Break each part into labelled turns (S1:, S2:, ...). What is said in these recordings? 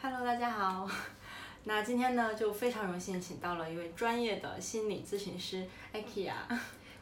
S1: Hello，大家好。那今天呢，就非常荣幸请到了一位专业的心理咨询师 IKEA，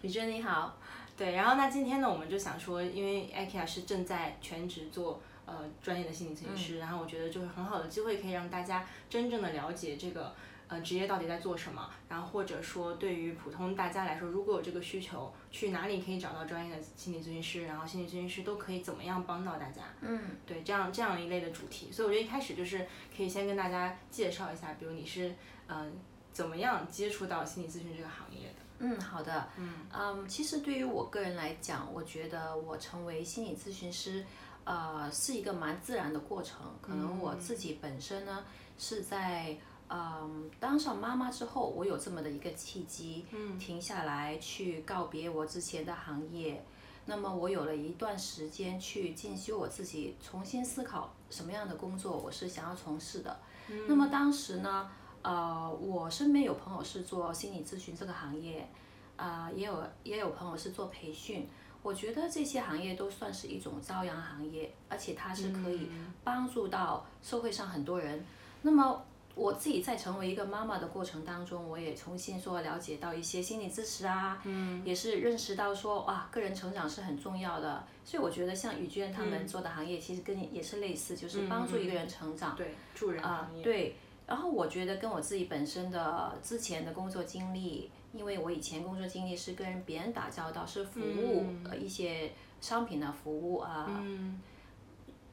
S1: 宇珍你好。对，然后那今天呢，我们就想说，因为 IKEA 是正在全职做呃专业的心理咨询师，然后我觉得就是很好的机会，可以让大家真正的了解这个呃职业到底在做什么，然后或者说对于普通大家来说，如果有这个需求，去哪里可以找到专业的心理咨询师，然后心理咨询师都可以怎么样帮到大家。
S2: 嗯
S1: 对，这样这样一类的主题，所以我觉得一开始就是可以先跟大家介绍一下，比如你是嗯、呃怎么样接触到心理咨询这个行业的？
S2: 嗯，好的。
S1: 嗯
S2: 嗯，其实对于我个人来讲，我觉得我成为心理咨询师，呃，是一个蛮自然的过程。可能我自己本身呢，是在嗯当上妈妈之后，我有这么的一个契机，
S1: 嗯
S2: 停下来去告别我之前的行业。那么我有了一段时间去进修我自己，重新思考什么样的工作我是想要从事的。那么当时呢，呃，我身边有朋友是做心理咨询这个行业，啊、也有也有朋友是做培训。我觉得这些行业都算是一种朝阳行业，而且它是可以帮助到社会上很多人。那么我自己在成为一个妈妈的过程当中，我也重新说了解到一些心理支持啊，嗯，也是认识到说哇，个人成长是很重要的。所以我觉得像宇娟他们做的行业，其实跟你也是类似，就是帮助一个人成长。
S1: 对，助人
S2: 啊
S1: 行，业。
S2: 对。然后我觉得跟我自己本身的之前的工作经历，因为我以前工作经历是跟别人打交道，是服务、
S1: 嗯
S2: 呃一些商品的服务啊、
S1: 嗯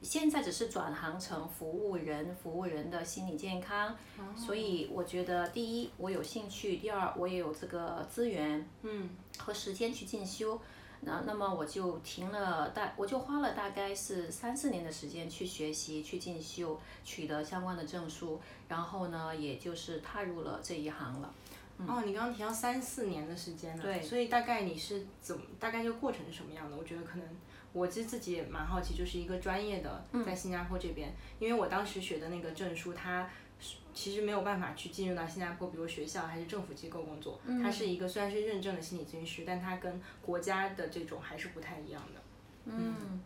S2: 现在只是转行成服务人，服务人的心理健康。
S1: 哦
S2: 所以我觉得第一我有兴趣，第二我也有这个资源
S1: 嗯
S2: 和时间去进修。那那么我就停了大，我就花了大概是三四年的时间去学习、去进修，取得相关的证书，然后呢，也就是踏入了这一行了。
S1: 哦，你刚刚提到三四年的时间了，
S2: 嗯对
S1: 所以大概你是怎么，大概这个过程是什么样的？我觉得可能我其实自己也蛮好奇，就是一个专业的
S2: 嗯
S1: 在新加坡这边，因为我当时学的那个证书，它是其实没有办法去进入到新加坡，比如学校还是政府机构工作，
S2: 嗯
S1: 它是一个虽然是认证的心理咨询师，但它跟国家的这种还是不太一样的。
S2: 嗯，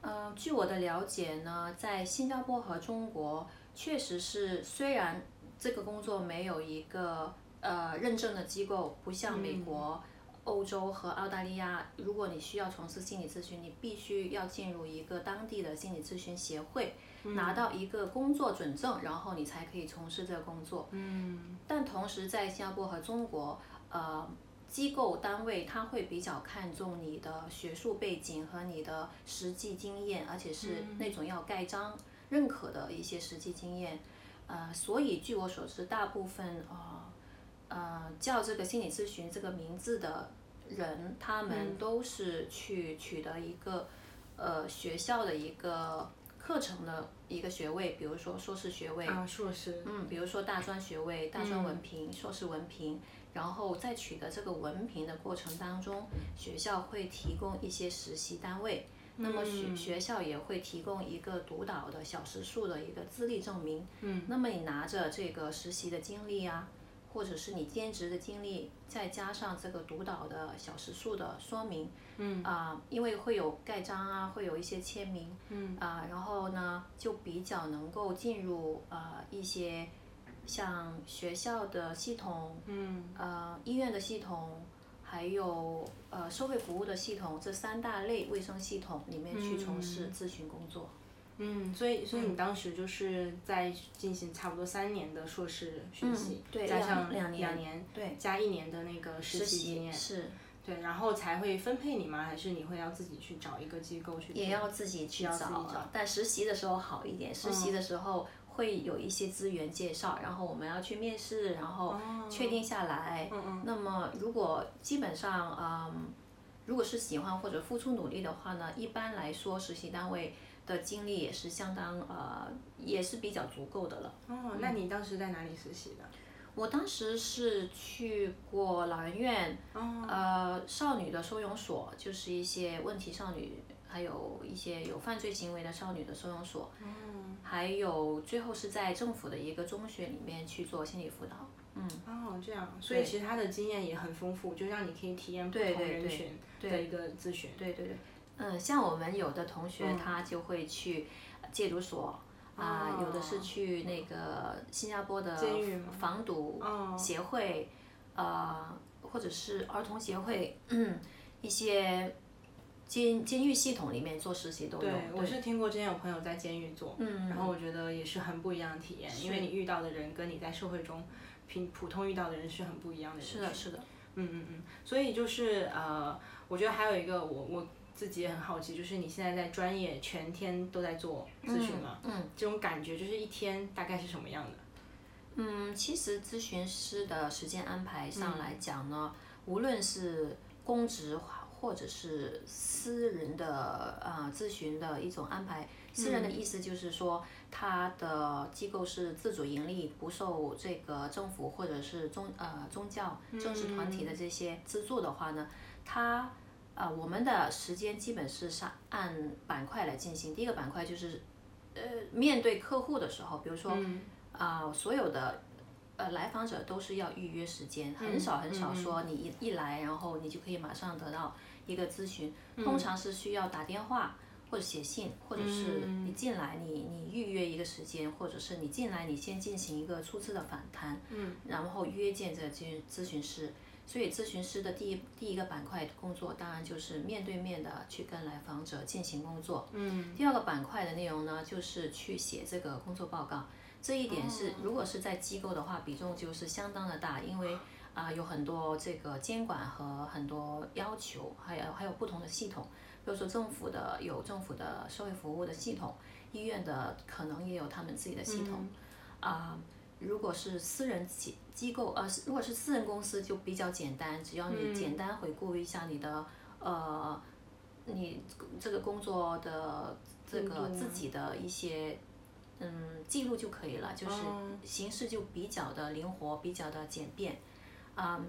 S2: 呃，据我的了解呢，在新加坡和中国，确实是虽然这个工作没有一个呃认证的机构，不像美国、欧洲和澳大利亚，如果你需要从事心理咨询，你必须要进入一个当地的心理咨询协会，
S1: 嗯啊
S2: 拿到一个工作准证，然后你才可以从事这个工作。
S1: 嗯
S2: 但同时在新加坡和中国，呃，机构单位它会比较看重你的学术背景和你的实际经验，而且是那种要盖章认可的一些实际经验。呃，所以据我所知，大部分呃呃叫这个心理咨询这个名字的人，他们都是去取得一个呃学校的一个课程的一个学位，比如说硕士学位。
S1: 啊，硕士，
S2: 嗯，比如说大专学位、大专文凭、硕士文凭，然后在取得这个文凭的过程当中，学校会提供一些实习单位，那么学、
S1: 嗯
S2: 学校也会提供一个督导的小时数的一个资历证明。
S1: 嗯，
S2: 那么你拿着这个实习的经历啊，或者是你兼职的经历，再加上这个督导的小时数的说明，
S1: 嗯
S2: 啊、因为会有盖章啊，会有一些签名，
S1: 嗯
S2: 啊、然后呢，就比较能够进入呃一些像学校的系统、
S1: 嗯
S2: 呃医院的系统，还有呃社会服务的系统这三大类卫生系统里面去从事咨询工作。
S1: 嗯，所以所以你当时就是在进行差不多三年的硕士学习，
S2: 嗯对
S1: 加上
S2: 两两
S1: 两
S2: 年
S1: 年，
S2: 对，
S1: 加一年的那个实习经验，
S2: 是
S1: 对，然后才会分配你吗？还是你会要自己去找一个机构去做？
S2: 也要自己去
S1: 也
S2: 找
S1: 要自己嗯
S2: 啊，但实习的时候好一点，实习的时候会有一些资源介绍，然后我们要去面试，然
S1: 哦
S2: 后确定下来。
S1: 嗯
S2: 那么如果基本上，嗯，如果是喜欢或者付出努力的话呢，一般来说实习单位的经历也是相当呃，也是比较足够的了。
S1: 哦，那你当时在哪里实习的？
S2: 我当时是去过老人院，
S1: 哦
S2: 呃，少女的收容所，就是一些问题少女，还有一些有犯罪行为的少女的收容所，
S1: 哦
S2: 还有最后是在政府的一个中学里面去做心理辅导。嗯，
S1: 哦，这样，所以其实他的经验也很丰富，就让你可以体验不同
S2: 对对
S1: 人
S2: 对
S1: 群的一个咨询。
S2: 对对对，嗯，像我们有的同学他就会去呃戒毒所。啊、
S1: 嗯哦
S2: 有的是去那个新加坡的
S1: 监狱吗
S2: 防毒
S1: 哦
S2: 协会，呃，或者是儿童协会，嗯，一些监监狱系统里面做实呃习都有。
S1: 对，我
S2: 对
S1: 是听过之前有朋友在监狱做，
S2: 嗯
S1: 然后我觉得也是很不一样的体验，因为你遇到的人跟你在社会中平普通遇到的人是很不一样的人。
S2: 是的，是的，
S1: 嗯嗯嗯，所以就是呃，我觉得还有一个我我自己也很好奇，就是你现在在专业全天都在做咨询嘛，
S2: 嗯嗯
S1: 这种感觉就是一天大概是什么样的？
S2: 嗯，其实咨询师的时间安排上来讲呢，无论是公职或者是私人的呃咨询的一种安排，私人的意思就是说，他的机构是自主盈利，不受这个政府或者是宗呃宗教、政治团体的这些资助的话呢，他。呃，我们的时间基本是上按板块来进行。第一个板块就是，呃，面对客户的时候，比如说，啊、所有的呃来访者都是要预约时间，很少很少说你一、一来，然后你就可以马上得到一个咨询，通常是需要打电话。或者写信，或者是你进来你，你预约一个时间，或者是你进来，你先进行一个初次的访谈，嗯，然后约见这个咨咨询师。所以咨询师的第一第一个板块工作，当然就是面对面的去跟来访者进行工作。嗯。第二个板块的内容呢，就是去写这个工作报告。这一点是，如果是在机构的话，比重就是相当的大，因为啊、有很多这个监管和很多要求，还有还有不同的系统，比如说政府的有政府的社会服务的系统，医院的可能也有他们自己的系
S1: 嗯
S2: 统，啊、如果是私人机机构，呃，如果是私人公司就比较简单，只要你
S1: 嗯
S2: 简单回顾一下你的、呃，你这个工作的这
S1: 进度
S2: 个
S1: 吗
S2: 自己的一些嗯记录就可以了，就是形式就比较的灵活，比较的简便，嗯，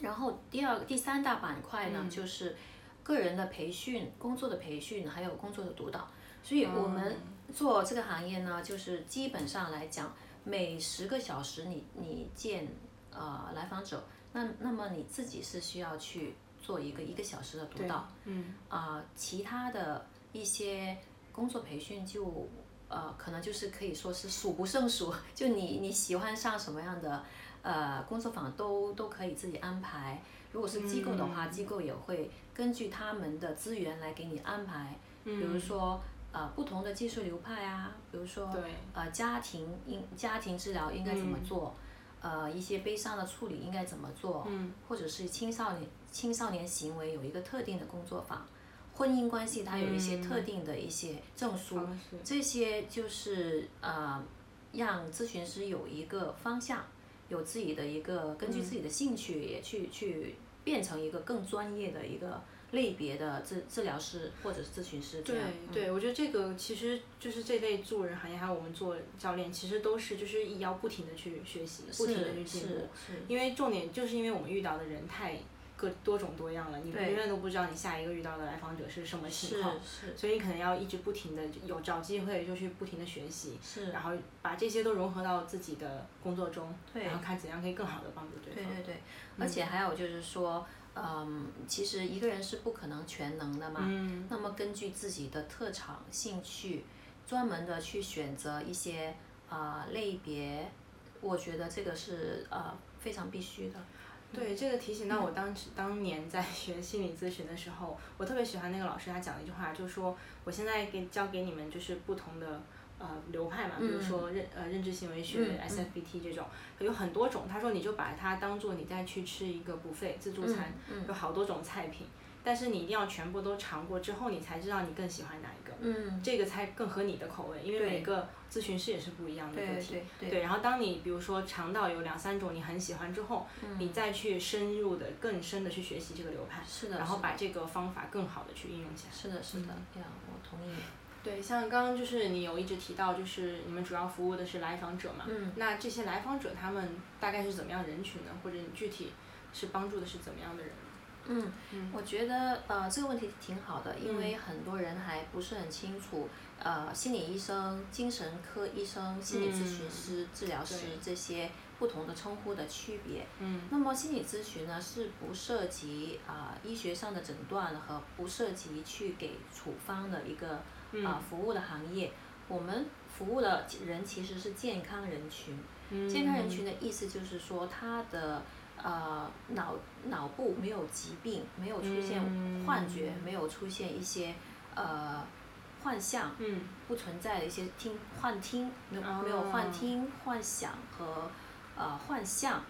S2: 然后第二第三大板块呢、就是个人的培训、工作的培训，还有工作的督导。所以我们做这个行业呢，就是基本上来讲，每十个小时你你见呃来访者，那那么你自己是需要去做一个一个小时的督导，
S1: 嗯，
S2: 啊、其他的一些工作培训就呃，可能就是可以说是数不胜数， 就你你喜欢上什么样的呃工作坊都都可以自己安排。如果是机构的话，机构也会根据他们的资源来给你安排，
S1: 嗯
S2: 比如说呃不同的技术流派啊，比如说
S1: 对
S2: 呃家庭应家庭治疗应该怎么
S1: 嗯
S2: 做。呃，一些悲伤的处理应该怎么做？嗯，或者是青少年青少年行为有一个特定的工作坊，婚姻关系它有一些特
S1: 嗯
S2: 定的一些证书，
S1: 方式
S2: 这些就是呃，让咨询师有一个方向，有自己的一个根据自己
S1: 嗯
S2: 的兴趣也去、去变成一个更专业的一个类别的治治疗师或者是咨询师这
S1: 对
S2: 样。嗯
S1: 对，我觉得这个其实就是这类助人行业，还有我们做教练，其实都是就是也要不停的去学习，不停的去
S2: 是
S1: 进
S2: 是
S1: 步。
S2: 是，
S1: 因为重点就是因为我们遇到的人太各多种多样了，你
S2: 对
S1: 永远都不知道你下一个遇到的来访者是什么情况，
S2: 是
S1: 所以你可能要一直不停的有找机会就去不停的学习，
S2: 是啊
S1: 然后把这些都融合到自己的工作中，
S2: 对
S1: 然后看怎样可以更好的帮助对
S2: 对
S1: 方。嗯
S2: 对对，而且还有就是说，嗯，其实一个人是不可能全能的嘛。
S1: 嗯
S2: 那么根据自己的特长、兴趣，专门的去选择一些啊、呃类别，我觉得这个是呃非常必须的。
S1: 对，这个提醒到
S2: 嗯
S1: 我当时、当年在学心理咨询的时候，我特别喜欢那个老师，他讲了一句话，就说我现在给教给你们就是不同的呃流派嘛，比如说认呃认知行为学、
S2: 嗯嗯嗯
S1: SFBT 这种，有很多种。他说你就把它当做你再去吃一个不费自
S2: 嗯
S1: 助餐，有好多种菜品，但是你一定要全部都尝过之后，你才知道你更喜欢哪一个。
S2: 嗯，
S1: 这个才更合你的口味，因为
S2: 对
S1: 每个咨询师也是不一样的
S2: 对
S1: 个体。
S2: 对对，
S1: 嗯对，然后当你比如说尝到有两三种你很喜欢之后，你再去深入的、更深的去学习这个流派，
S2: 是的
S1: 然后嗯
S2: 是
S1: 把这个方法更好的去应用起来。
S2: 是的，是的，呀，我同意。
S1: 对，像刚刚就是你有一直提到，就是你们主要服务的是来访者嘛，
S2: 嗯，
S1: 那这些来访者他们大概是怎么样人群呢？或者你具体是帮助的是怎么样的人呢？
S2: 嗯
S1: 嗯，
S2: 我觉得呃这个问题挺好的，因为很多人还不是很清楚，呃，心理医生、精神科医生、心理咨询师、治疗师
S1: 嗯对
S2: 这些不同的称呼的区别。
S1: 嗯，
S2: 那么心理咨询呢是不涉及啊、医学上的诊断和不涉及去给处方的一个啊、
S1: 嗯
S2: 服务的行业。我们服务的人其实是健康人群。
S1: 嗯
S2: 健康人群的意思就是说，他的呃脑脑部没有疾病，没有出现
S1: 嗯
S2: 幻觉，没有出现一些呃幻象，
S1: 嗯
S2: 不存在的一些听幻听，没有、没有
S1: 哦
S2: 幻听、幻想和呃幻象，啊、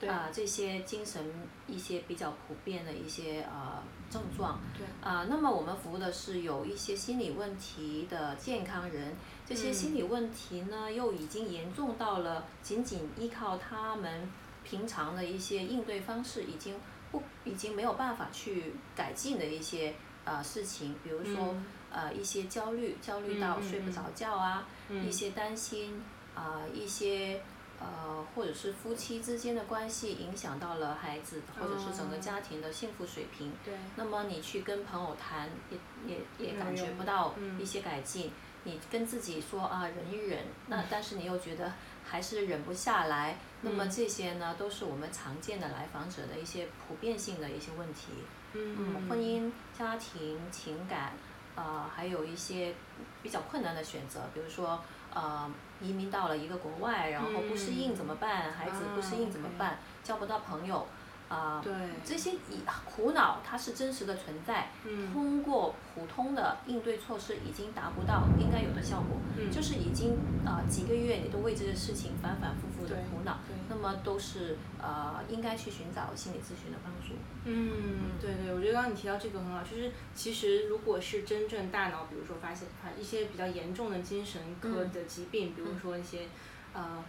S1: 对
S2: 这些精神一些比较普遍的一些呃症状。
S1: 嗯对
S2: 啊、那么我们服务的是有一些心理问题的健康人，这些
S1: 嗯
S2: 心理问题呢、又已经严重到了仅仅依靠他们平常的一些应对方式，已经不已经没有办法去改进的一些呃事情，比如说、
S1: 嗯
S2: 呃一些焦虑，焦虑到
S1: 嗯嗯
S2: 睡不
S1: 嗯
S2: 着觉啊，
S1: 嗯
S2: 一些担心啊、一些呃或者是夫妻之间的关系影响到了孩子或者是整个
S1: 哦
S2: 家庭的幸福水平。
S1: 对，
S2: 那么你去跟朋友谈，也也也
S1: 没有
S2: 感觉
S1: 用
S2: 不到
S1: 嗯
S2: 一些改进。你跟自己说啊，忍一忍，那但是你又觉得还是忍不下来。那么
S1: 嗯
S2: 这些呢，都是我们常见的来访者的一些普遍性的一些问题。嗯，婚姻、家庭、情感，呃，还有一些比较困难的选择，比如说呃，移民到了一个国外，然后不适应
S1: 嗯
S2: 怎么办？孩子不适
S1: 啊
S2: 应怎么
S1: ，OK
S2: 办？交不到朋友，啊、
S1: 对
S2: 这些以苦恼它是真实的存在，
S1: 嗯
S2: 通过普通的应对措施已经达不到应该有的效果，
S1: 嗯
S2: 就是已经啊、呃、几个月你都为这个事情反反复复的
S1: 对
S2: 苦恼
S1: 对，
S2: 那么都是呃应该去寻找心理咨询的帮助。
S1: 嗯，对对，我觉得刚刚你提到这个很好，就是其实如果是真正大脑，比如说发现发一些比较严重的精神科
S2: 嗯
S1: 的疾病，比如
S2: 嗯
S1: 说一些呃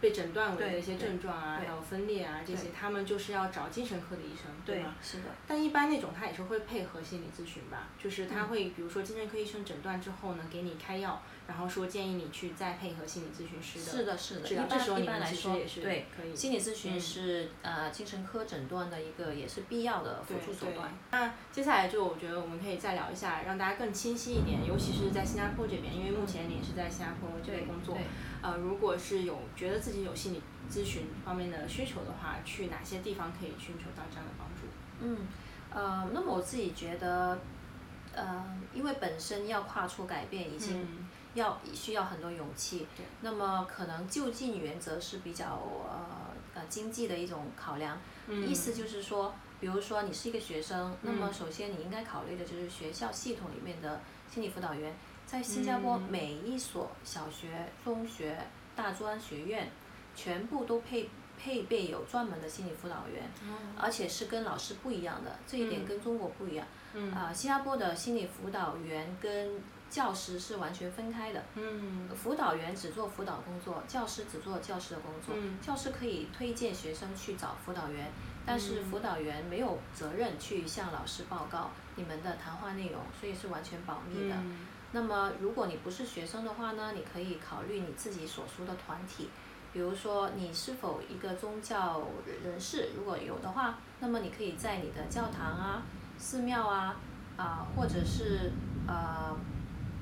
S1: 被诊断为的
S2: 对
S1: 一些
S2: 对
S1: 症状啊，
S2: 对
S1: 还有分裂啊这些，
S2: 对
S1: 他们就是要找精神科的医生，对吧？
S2: 是的。
S1: 但一般那种他也是会配合心理咨询吧，就是他
S2: 嗯
S1: 会比如说精神科医生诊断之后呢，给你开药，然后说建议你去再配合心理咨询师的
S2: 是的，是的，
S1: 治
S2: 一
S1: 啊疗。这时候
S2: 般一
S1: 你
S2: 般
S1: 们
S2: 来
S1: 其实
S2: 说
S1: 也是，
S2: 对
S1: 可以，
S2: 心理咨询
S1: 嗯
S2: 是、呃精神科诊断的一个也是必要的辅
S1: 对
S2: 助手
S1: 对
S2: 段。
S1: 那接下来就我觉得我们可以再聊一下，让大家更清晰一点，尤其是在新加坡这边，因为目前你也是在新加坡这边工作
S2: 对。
S1: 呃，如果是有觉得自己有心理咨询方面的需求的话，去哪些地方可以寻求到这样的帮助？
S2: 嗯，呃，那么我自己觉得，呃，因为本身要跨出改变，已经
S1: 嗯
S2: 要、需要很多勇气
S1: 对。
S2: 那么可能就近原则是比较呃呃经济的一种考量，
S1: 嗯
S2: 意思就是说，比如说你是一个学生，那么
S1: 嗯
S2: 首先你应该考虑的就是学校系统里面的心理辅导员，在新加坡
S1: 嗯
S2: 每一所小学、中学、大专学院，全部都配配备有专门的心理辅导员。
S1: 哦
S2: 而且是跟老师不一样的，这一点
S1: 嗯
S2: 跟中国不一样。
S1: 嗯
S2: 啊、新加坡的心理辅导员跟教师是完全分开的，
S1: 嗯
S2: 辅导员只做辅导工作，教师只做教师的工作。
S1: 嗯
S2: 教师可以推荐学生去找辅导员，但是
S1: 嗯
S2: 辅导员没有责任去向老师报告你们的谈话内容，所以是完全保密的。
S1: 嗯
S2: 那么，如果你不是学生的话呢，你可以考虑你自己所属的团体，比如说你是否一个宗教人士，如果有的话，那么你可以在你的教堂啊、寺庙啊、啊、或者是呃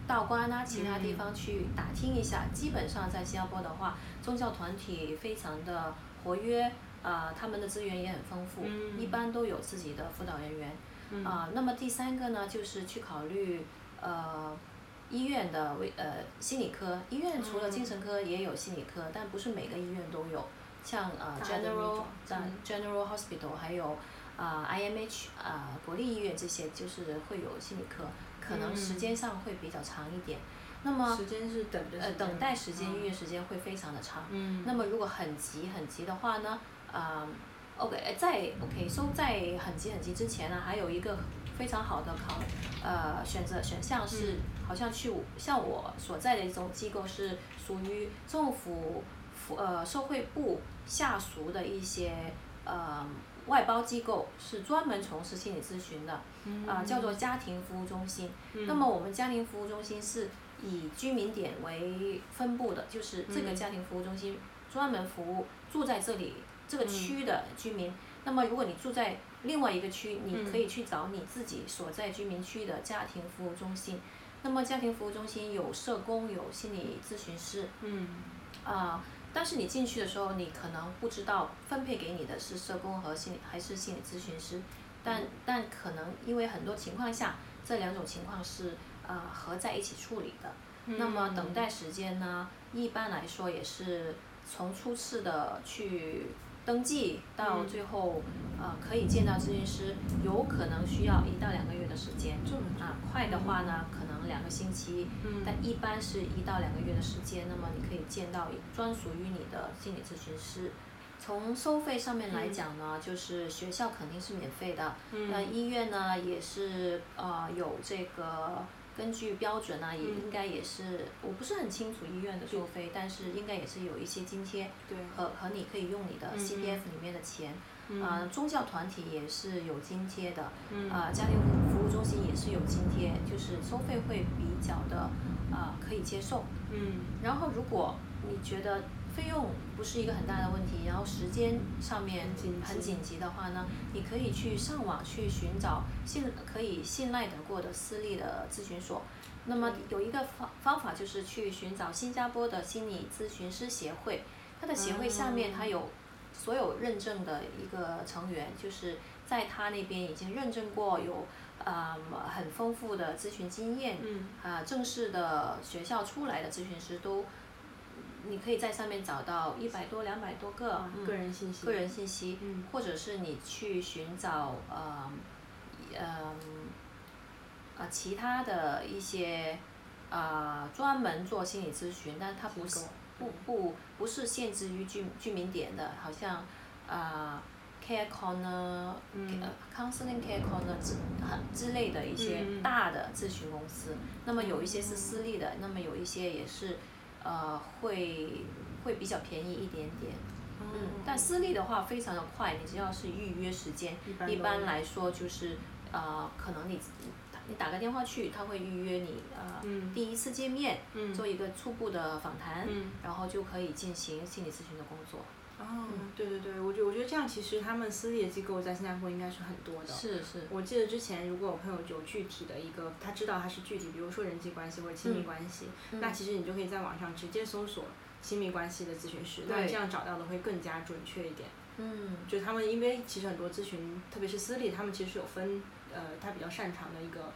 S2: 道观啊其他地方去打听一下。基本上在新加坡的话，宗教团体非常的活跃，啊，他们的资源也很丰富，
S1: 嗯
S2: 一般都有自己的辅导人员。
S1: 嗯
S2: 啊、那么第三个呢，就是去考虑呃医院的卫呃心理科，医院除了精
S1: 嗯
S2: 神科也有心理科，但不是每个医院都有，像呃
S1: 大的那种
S2: General 在
S1: 嗯
S2: General Hospital 还有啊、呃 IMH 啊、呃国立医院这些就是会有心理科，可能时
S1: 嗯
S2: 间上会比较长一点。那么
S1: 时间是等着
S2: 呃
S1: 时间
S2: 等
S1: 吗
S2: 待时间、
S1: 嗯
S2: 预约时间会非常的长。
S1: 嗯
S2: 那么如果很急很急的话呢，啊、o k 在 OK，so 在很急很急之前呢，还有一个非常好的考呃选择选项是，好像去像我所在的一种机构是属于政府府呃社会部下属的一些呃外包机构，是专门从事心理咨询的，啊、
S1: 嗯
S2: 叫做家庭服务中心。那么我们家庭服务中心是以居民点为分布的，就是这个
S1: 嗯
S2: 家庭服务中心专门服务住在这里这个区的居民。那么如果你住在另外一个区，你
S1: 嗯
S2: 可以去找你自己所在居民区的家庭服务中心。那么家庭服务中心有社工，有心理咨询师，
S1: 嗯
S2: 啊、但是你进去的时候，你可能不知道分配给你的是社工和心理还是心理咨询师，但但可能因为很多情况下，这两种情况是呃合在一起处理的。
S1: 嗯
S2: 那么等待时间呢，一般来说也是从初次的去登记到最后，呃，可以见到咨询师，有可能需要一到两个月的时间。
S1: 这么久
S2: 啊，快的话呢，可能两个星期，
S1: 嗯
S2: 但一般是一到两个月的时间。那么你可以见到专属于你的心理咨询师。从收费上面来讲呢，就是学校肯定是免费的，
S1: 嗯
S2: 那医院呢也是呃有这个根据标准呢，也
S1: 嗯
S2: 应该也是、我不是很清楚医院的收费，但是应该也是有一些津贴
S1: 对
S2: 和和你可以用你的
S1: 嗯嗯
S2: CPF 里面的钱，
S1: 嗯
S2: 啊、宗教团体也是有津贴的，
S1: 嗯
S2: 啊、家庭服务中心也是有津贴，就是收费会比较的啊、可以接受。
S1: 嗯
S2: 然后如果你觉得费用不是一个很大的问题，然后时间上面
S1: 很紧急
S2: 很紧急的话呢，你可以去上网去寻找信可以信赖得过的私立的咨询所。那么有一个方方法就是去寻找新加坡的心理咨询师协会，它的协会下面
S1: 嗯
S2: 它有所有认证的一个成员，就是在他那边已经认证过有呃很丰富的咨询经验，
S1: 嗯
S2: 啊，正式的学校出来的咨询师都，你可以在上面找到一百多、两百多个
S1: 哇、
S2: 嗯
S1: 个人信息
S2: 个人信息，
S1: 嗯
S2: 或者是你去寻找呃，呃，啊其他的一些啊、专门做心理咨询，但它不
S1: 机
S2: 是
S1: 构
S2: 不不不是限制于居居民点的，好像啊、care corner、
S1: 嗯
S2: 呃 counseling care corner 之很之类的一些
S1: 嗯嗯嗯
S2: 大的咨询公司，那么有一些是私立的，那么有一些也是呃会会比较便宜一点点。嗯，但私立的话非常的快，你只要是预约时间
S1: 一般，都
S2: 一般来说就是呃，可能你你打个电话去，他会预约你呃、
S1: 嗯
S2: 第一次见面，
S1: 嗯
S2: 做一个初步的访谈，
S1: 嗯
S2: 然后就可以进行心理咨询的工作。
S1: 哦，
S2: 嗯
S1: 对对对，我觉我觉得这样其实他们私立的机构在新加坡应该是很多的。
S2: 是是，
S1: 我记得之前，如果我朋友有具体的一个，他知道他是具体，比如说人际关系或者亲
S2: 嗯
S1: 密关系，那其实你就可以在网上直接搜索亲密关系的咨询师，那
S2: 对
S1: 这样找到的会更加准确一点。
S2: 嗯
S1: 就他们，因为其实很多咨询，特别是私立，他们其实有分，呃，他比较擅长的一个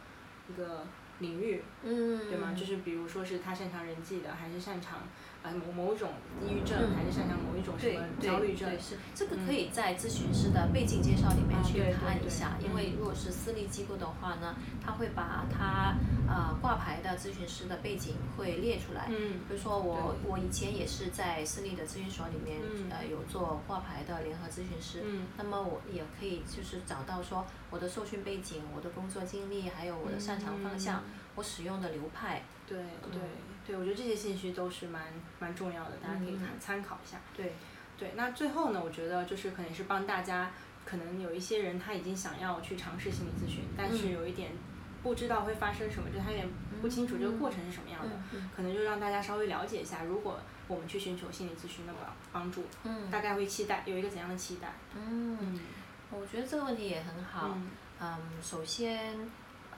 S1: 一个领域，
S2: 嗯，
S1: 对吗？就是比如说是他擅长人际的，还是擅长呃某某种抑郁症，
S2: 嗯
S1: 还是擅长某一种什
S2: 对
S1: 么
S2: 对
S1: 焦虑症嗯
S2: 对，是这个可以在咨询师的背景介绍里面
S1: 啊
S2: 去
S1: 对对
S2: 看一
S1: 对嗯
S2: 下，因为如果是私立机构的话呢，他会把他呃挂牌的咨询师的背景会列出来。
S1: 嗯
S2: 比如说我我以前也是在私立的咨询所里面、
S1: 嗯
S2: 呃有做挂牌的联合咨询师，
S1: 嗯
S2: 那么我也可以就是找到说我的受训背景、我的工作经历，还有我的擅长方向、嗯我使用的流派，
S1: 嗯对对对，我觉得这些信息都是蛮蛮重要的，大家可以
S2: 嗯
S1: 看参考一下。
S2: 对，
S1: 对，那最后呢，我觉得就是可能也是帮大家，可能有一些人他已经想要去尝试心理咨询，但是
S2: 嗯
S1: 有一点不知道会发生什么，就他有点不清楚这个过程是什么样的，
S2: 嗯
S1: 可能就让大家稍微了解一下，如果我们去寻求心理咨询的帮帮助，
S2: 嗯
S1: 大概会期待有一个怎样的期待？
S2: 嗯，
S1: 嗯，
S2: 我觉得这个问题也很好。
S1: 嗯
S2: 嗯，首先，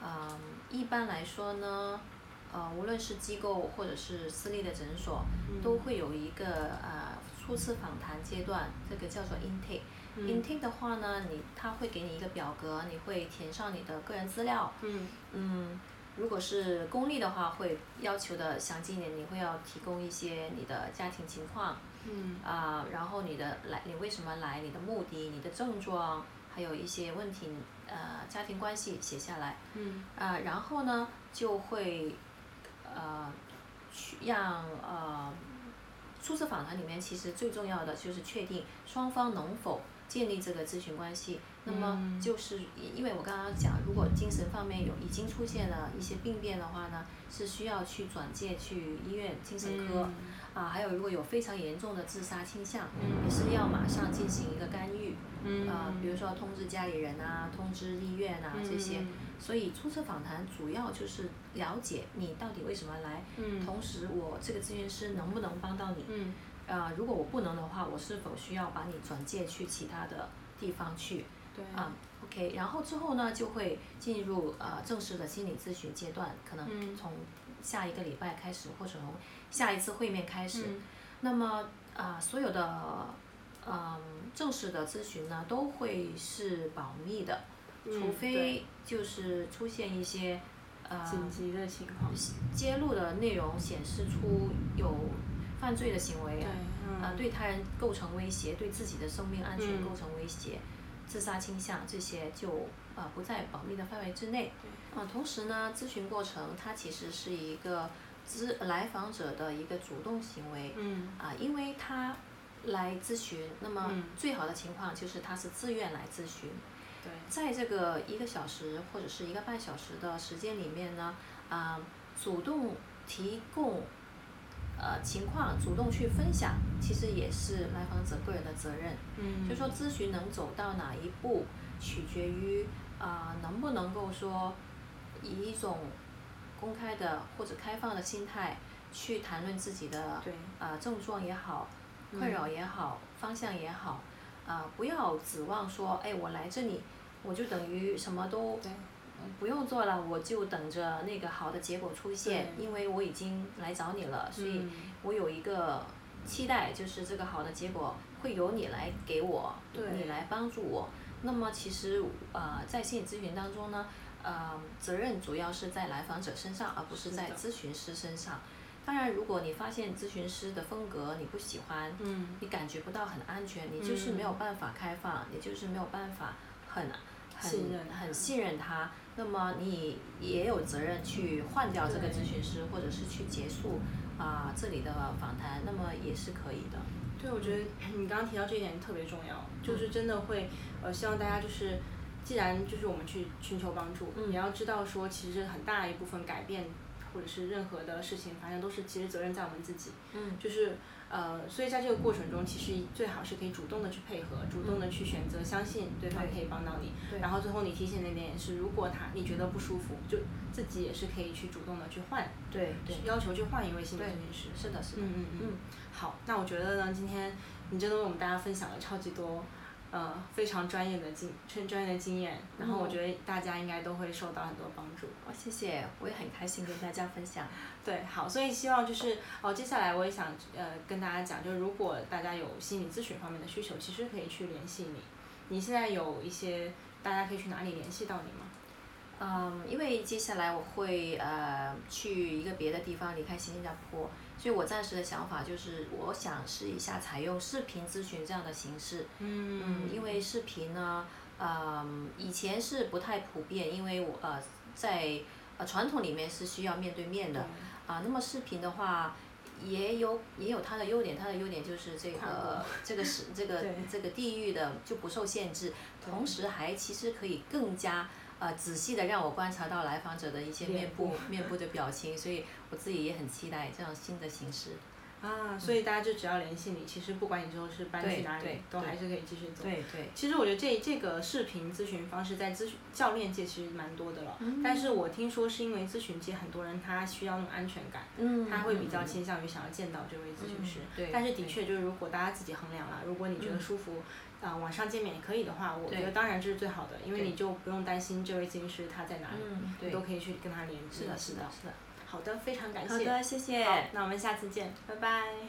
S2: 嗯，一般来说呢，呃，无论是机构或者是私立的诊所，
S1: 嗯
S2: 都会有一个呃初次访谈阶段，这个叫做 intake。
S1: 嗯
S2: intake 的话呢，你他会给你一个表格，你会填上你的个人资料。
S1: 嗯
S2: 嗯，如果是公立的话，会要求的详尽一点，你会要提供一些你的家庭情况。
S1: 嗯
S2: 啊、然后你的来，你为什么来，你的目的，你的症状，还有一些问题，呃，家庭关系写下来，
S1: 嗯
S2: 啊、然后呢就会，呃，去让呃，初次访谈里面其实最重要的就是确定双方能否建立这个咨询关系。那么
S1: 嗯
S2: 就是因因为我刚刚讲，如果精神方面有已经出现了一些病变的话呢，是需要去转介去医院精神科。
S1: 嗯
S2: 啊，还有如果有非常严重的自杀倾向，
S1: 嗯
S2: 也是要马上进行一个干预，
S1: 嗯
S2: 啊，比如说通知家里人啊，通知医院啊这些。
S1: 嗯
S2: 所以初次访谈主要就是了解你到底为什么来，
S1: 嗯
S2: 同时我这个咨询师能不能帮到你，
S1: 嗯
S2: 啊，如果我不能的话，我是否需要把你转介去其他的地方去？
S1: 对
S2: 啊，OK，然后之后呢，就会进入呃正式的心理咨询阶段，可
S1: 嗯
S2: 能从下一个礼拜开始，或者从下一次会面开始。
S1: 嗯
S2: 那么啊、所有的嗯、正式的咨询呢，都会是保密的，
S1: 嗯
S2: 除
S1: 对
S2: 非就是出现一些。呃
S1: 紧急的情况。
S2: 揭露的内容显示出有犯罪的行为
S1: 对，
S2: 啊，
S1: 嗯，
S2: 呃，对他人构成威胁，对自己的生命安全
S1: 嗯
S2: 构成威胁，自杀倾向这些就呃不在保密的范围之内。嗯、同时呢，咨询过程它其实是一个咨来访者的一个主动行为，
S1: 嗯
S2: 啊、因为他来咨询，那么
S1: 嗯
S2: 最好的情况就是他是自愿来咨询，
S1: 对，
S2: 在这个一个小时或者是一个半小时的时间里面呢，啊、主动提供呃情况，主动去分享，其实也是来访者个人的责任。
S1: 嗯，
S2: 就说咨询能走到哪一步，取决于啊、能不能够说以一种公开的或者开放的心态去谈论自己的
S1: 对
S2: 啊、症状也好，
S1: 嗯
S2: 困扰也好，方向也好，啊、不要指望说，哎，我来这里我就等于什么都
S1: 对
S2: 不用做了，我就等着那个好的结果出现，
S1: 对
S2: 因为我已经来找你了，所以
S1: 嗯
S2: 我有一个期待，就是这个好的结果会由你来给我，
S1: 对
S2: 你来帮助我。那么其实呃，在心理咨询当中呢，呃，责任主要是在来访者身上，而不是
S1: 是
S2: 在
S1: 的
S2: 咨询师身上。当然，如果你发现咨询师的风格你不喜欢，
S1: 嗯
S2: 你感觉不到很安全，你就是没有办法开放，你就是没有办法很很
S1: 信任
S2: 很信任他。那么你也有责任去换掉这个
S1: 对
S2: 咨询师，或者是去结束啊、这里的访谈，那么也是可以的。
S1: 对，我觉得你刚刚提到这一点特别重要，
S2: 嗯
S1: 就是真的会，呃，希望大家就是，既然就是我们去寻求帮助，
S2: 嗯
S1: 也要知道说，其实很大一部分改变或者是任何的事情，反正都是其实责任在我们自己，
S2: 嗯
S1: 就是呃，所以在这个过程中，其实最好是可以主动的去配合，主动的去选择相信对方
S2: 嗯对
S1: 可以帮到你，
S2: 对
S1: 然后最后你提醒那边也是，如果他你觉得不舒服，就自己也是可以去主动的去换，
S2: 对对，
S1: 要求去换一位心理咨
S2: 对
S1: 询师。
S2: 是的，是
S1: 嗯
S2: 的。
S1: 嗯嗯
S2: 嗯，
S1: 好，那我觉得呢，今天你真的为我们大家分享了超级多，呃，非常专业的经，专专业的经验，然后我
S2: 嗯
S1: 觉得大家应该都会受到很多帮助。
S2: 哇，哦谢谢，我也很开心跟大家分享。
S1: 对，好，所以希望就是哦，接下来我也想呃跟大家讲，就是如果大家有心理咨询方面的需求，其实可以去联系你。你现在有一些大家可以去哪里联系到你吗？
S2: 嗯，因为接下来我会呃去一个别的地方离开新加坡，所以我暂时的想法就是，我想试一下采用视频咨询这样的形式。嗯，因为视频呢，嗯，以前是不太普遍，因为我呃在呃传统里面是需要面对面的啊、那么视频的话。也有也有它的优点，它的优点就是这
S1: 跨
S2: 个
S1: 国
S2: 这个是这个
S1: 对
S2: 这个地域的就不受限制，
S1: 对
S2: 同时还其实可以更加呃仔细的让我观察到来访者的一些面
S1: 脸
S2: 部面部的表情，所以我自己也很期待这样新的形式。
S1: 啊，所以大家就只要联系你，其实不管你之后是搬
S2: 嗯对
S1: 去哪里
S2: 对，
S1: 都
S2: 对
S1: 还是可以继续走。
S2: 对对，
S1: 其实我觉得这这个视频咨询方式在咨询教练界其实蛮多的了，
S2: 嗯
S1: 但是我听说是因为咨询界很多人他需要那种安全感，
S2: 嗯
S1: 他会比较
S2: 嗯
S1: 倾向于想要见到这位咨询师。
S2: 嗯对嗯
S1: 但是的确就是如果大家自己衡量啦，如果你觉得舒服，啊、网上见面也可以的话，我
S2: 对
S1: 觉得当然这是最好的，因为
S2: 对
S1: 你就不用担心这位咨询师他在哪里，
S2: 嗯对
S1: 你啊都可以去跟他联系。
S2: 是的，是的，。是的。
S1: 好的，非常感谢。
S2: 好的，谢谢。
S1: 好，那我们下次见，拜拜。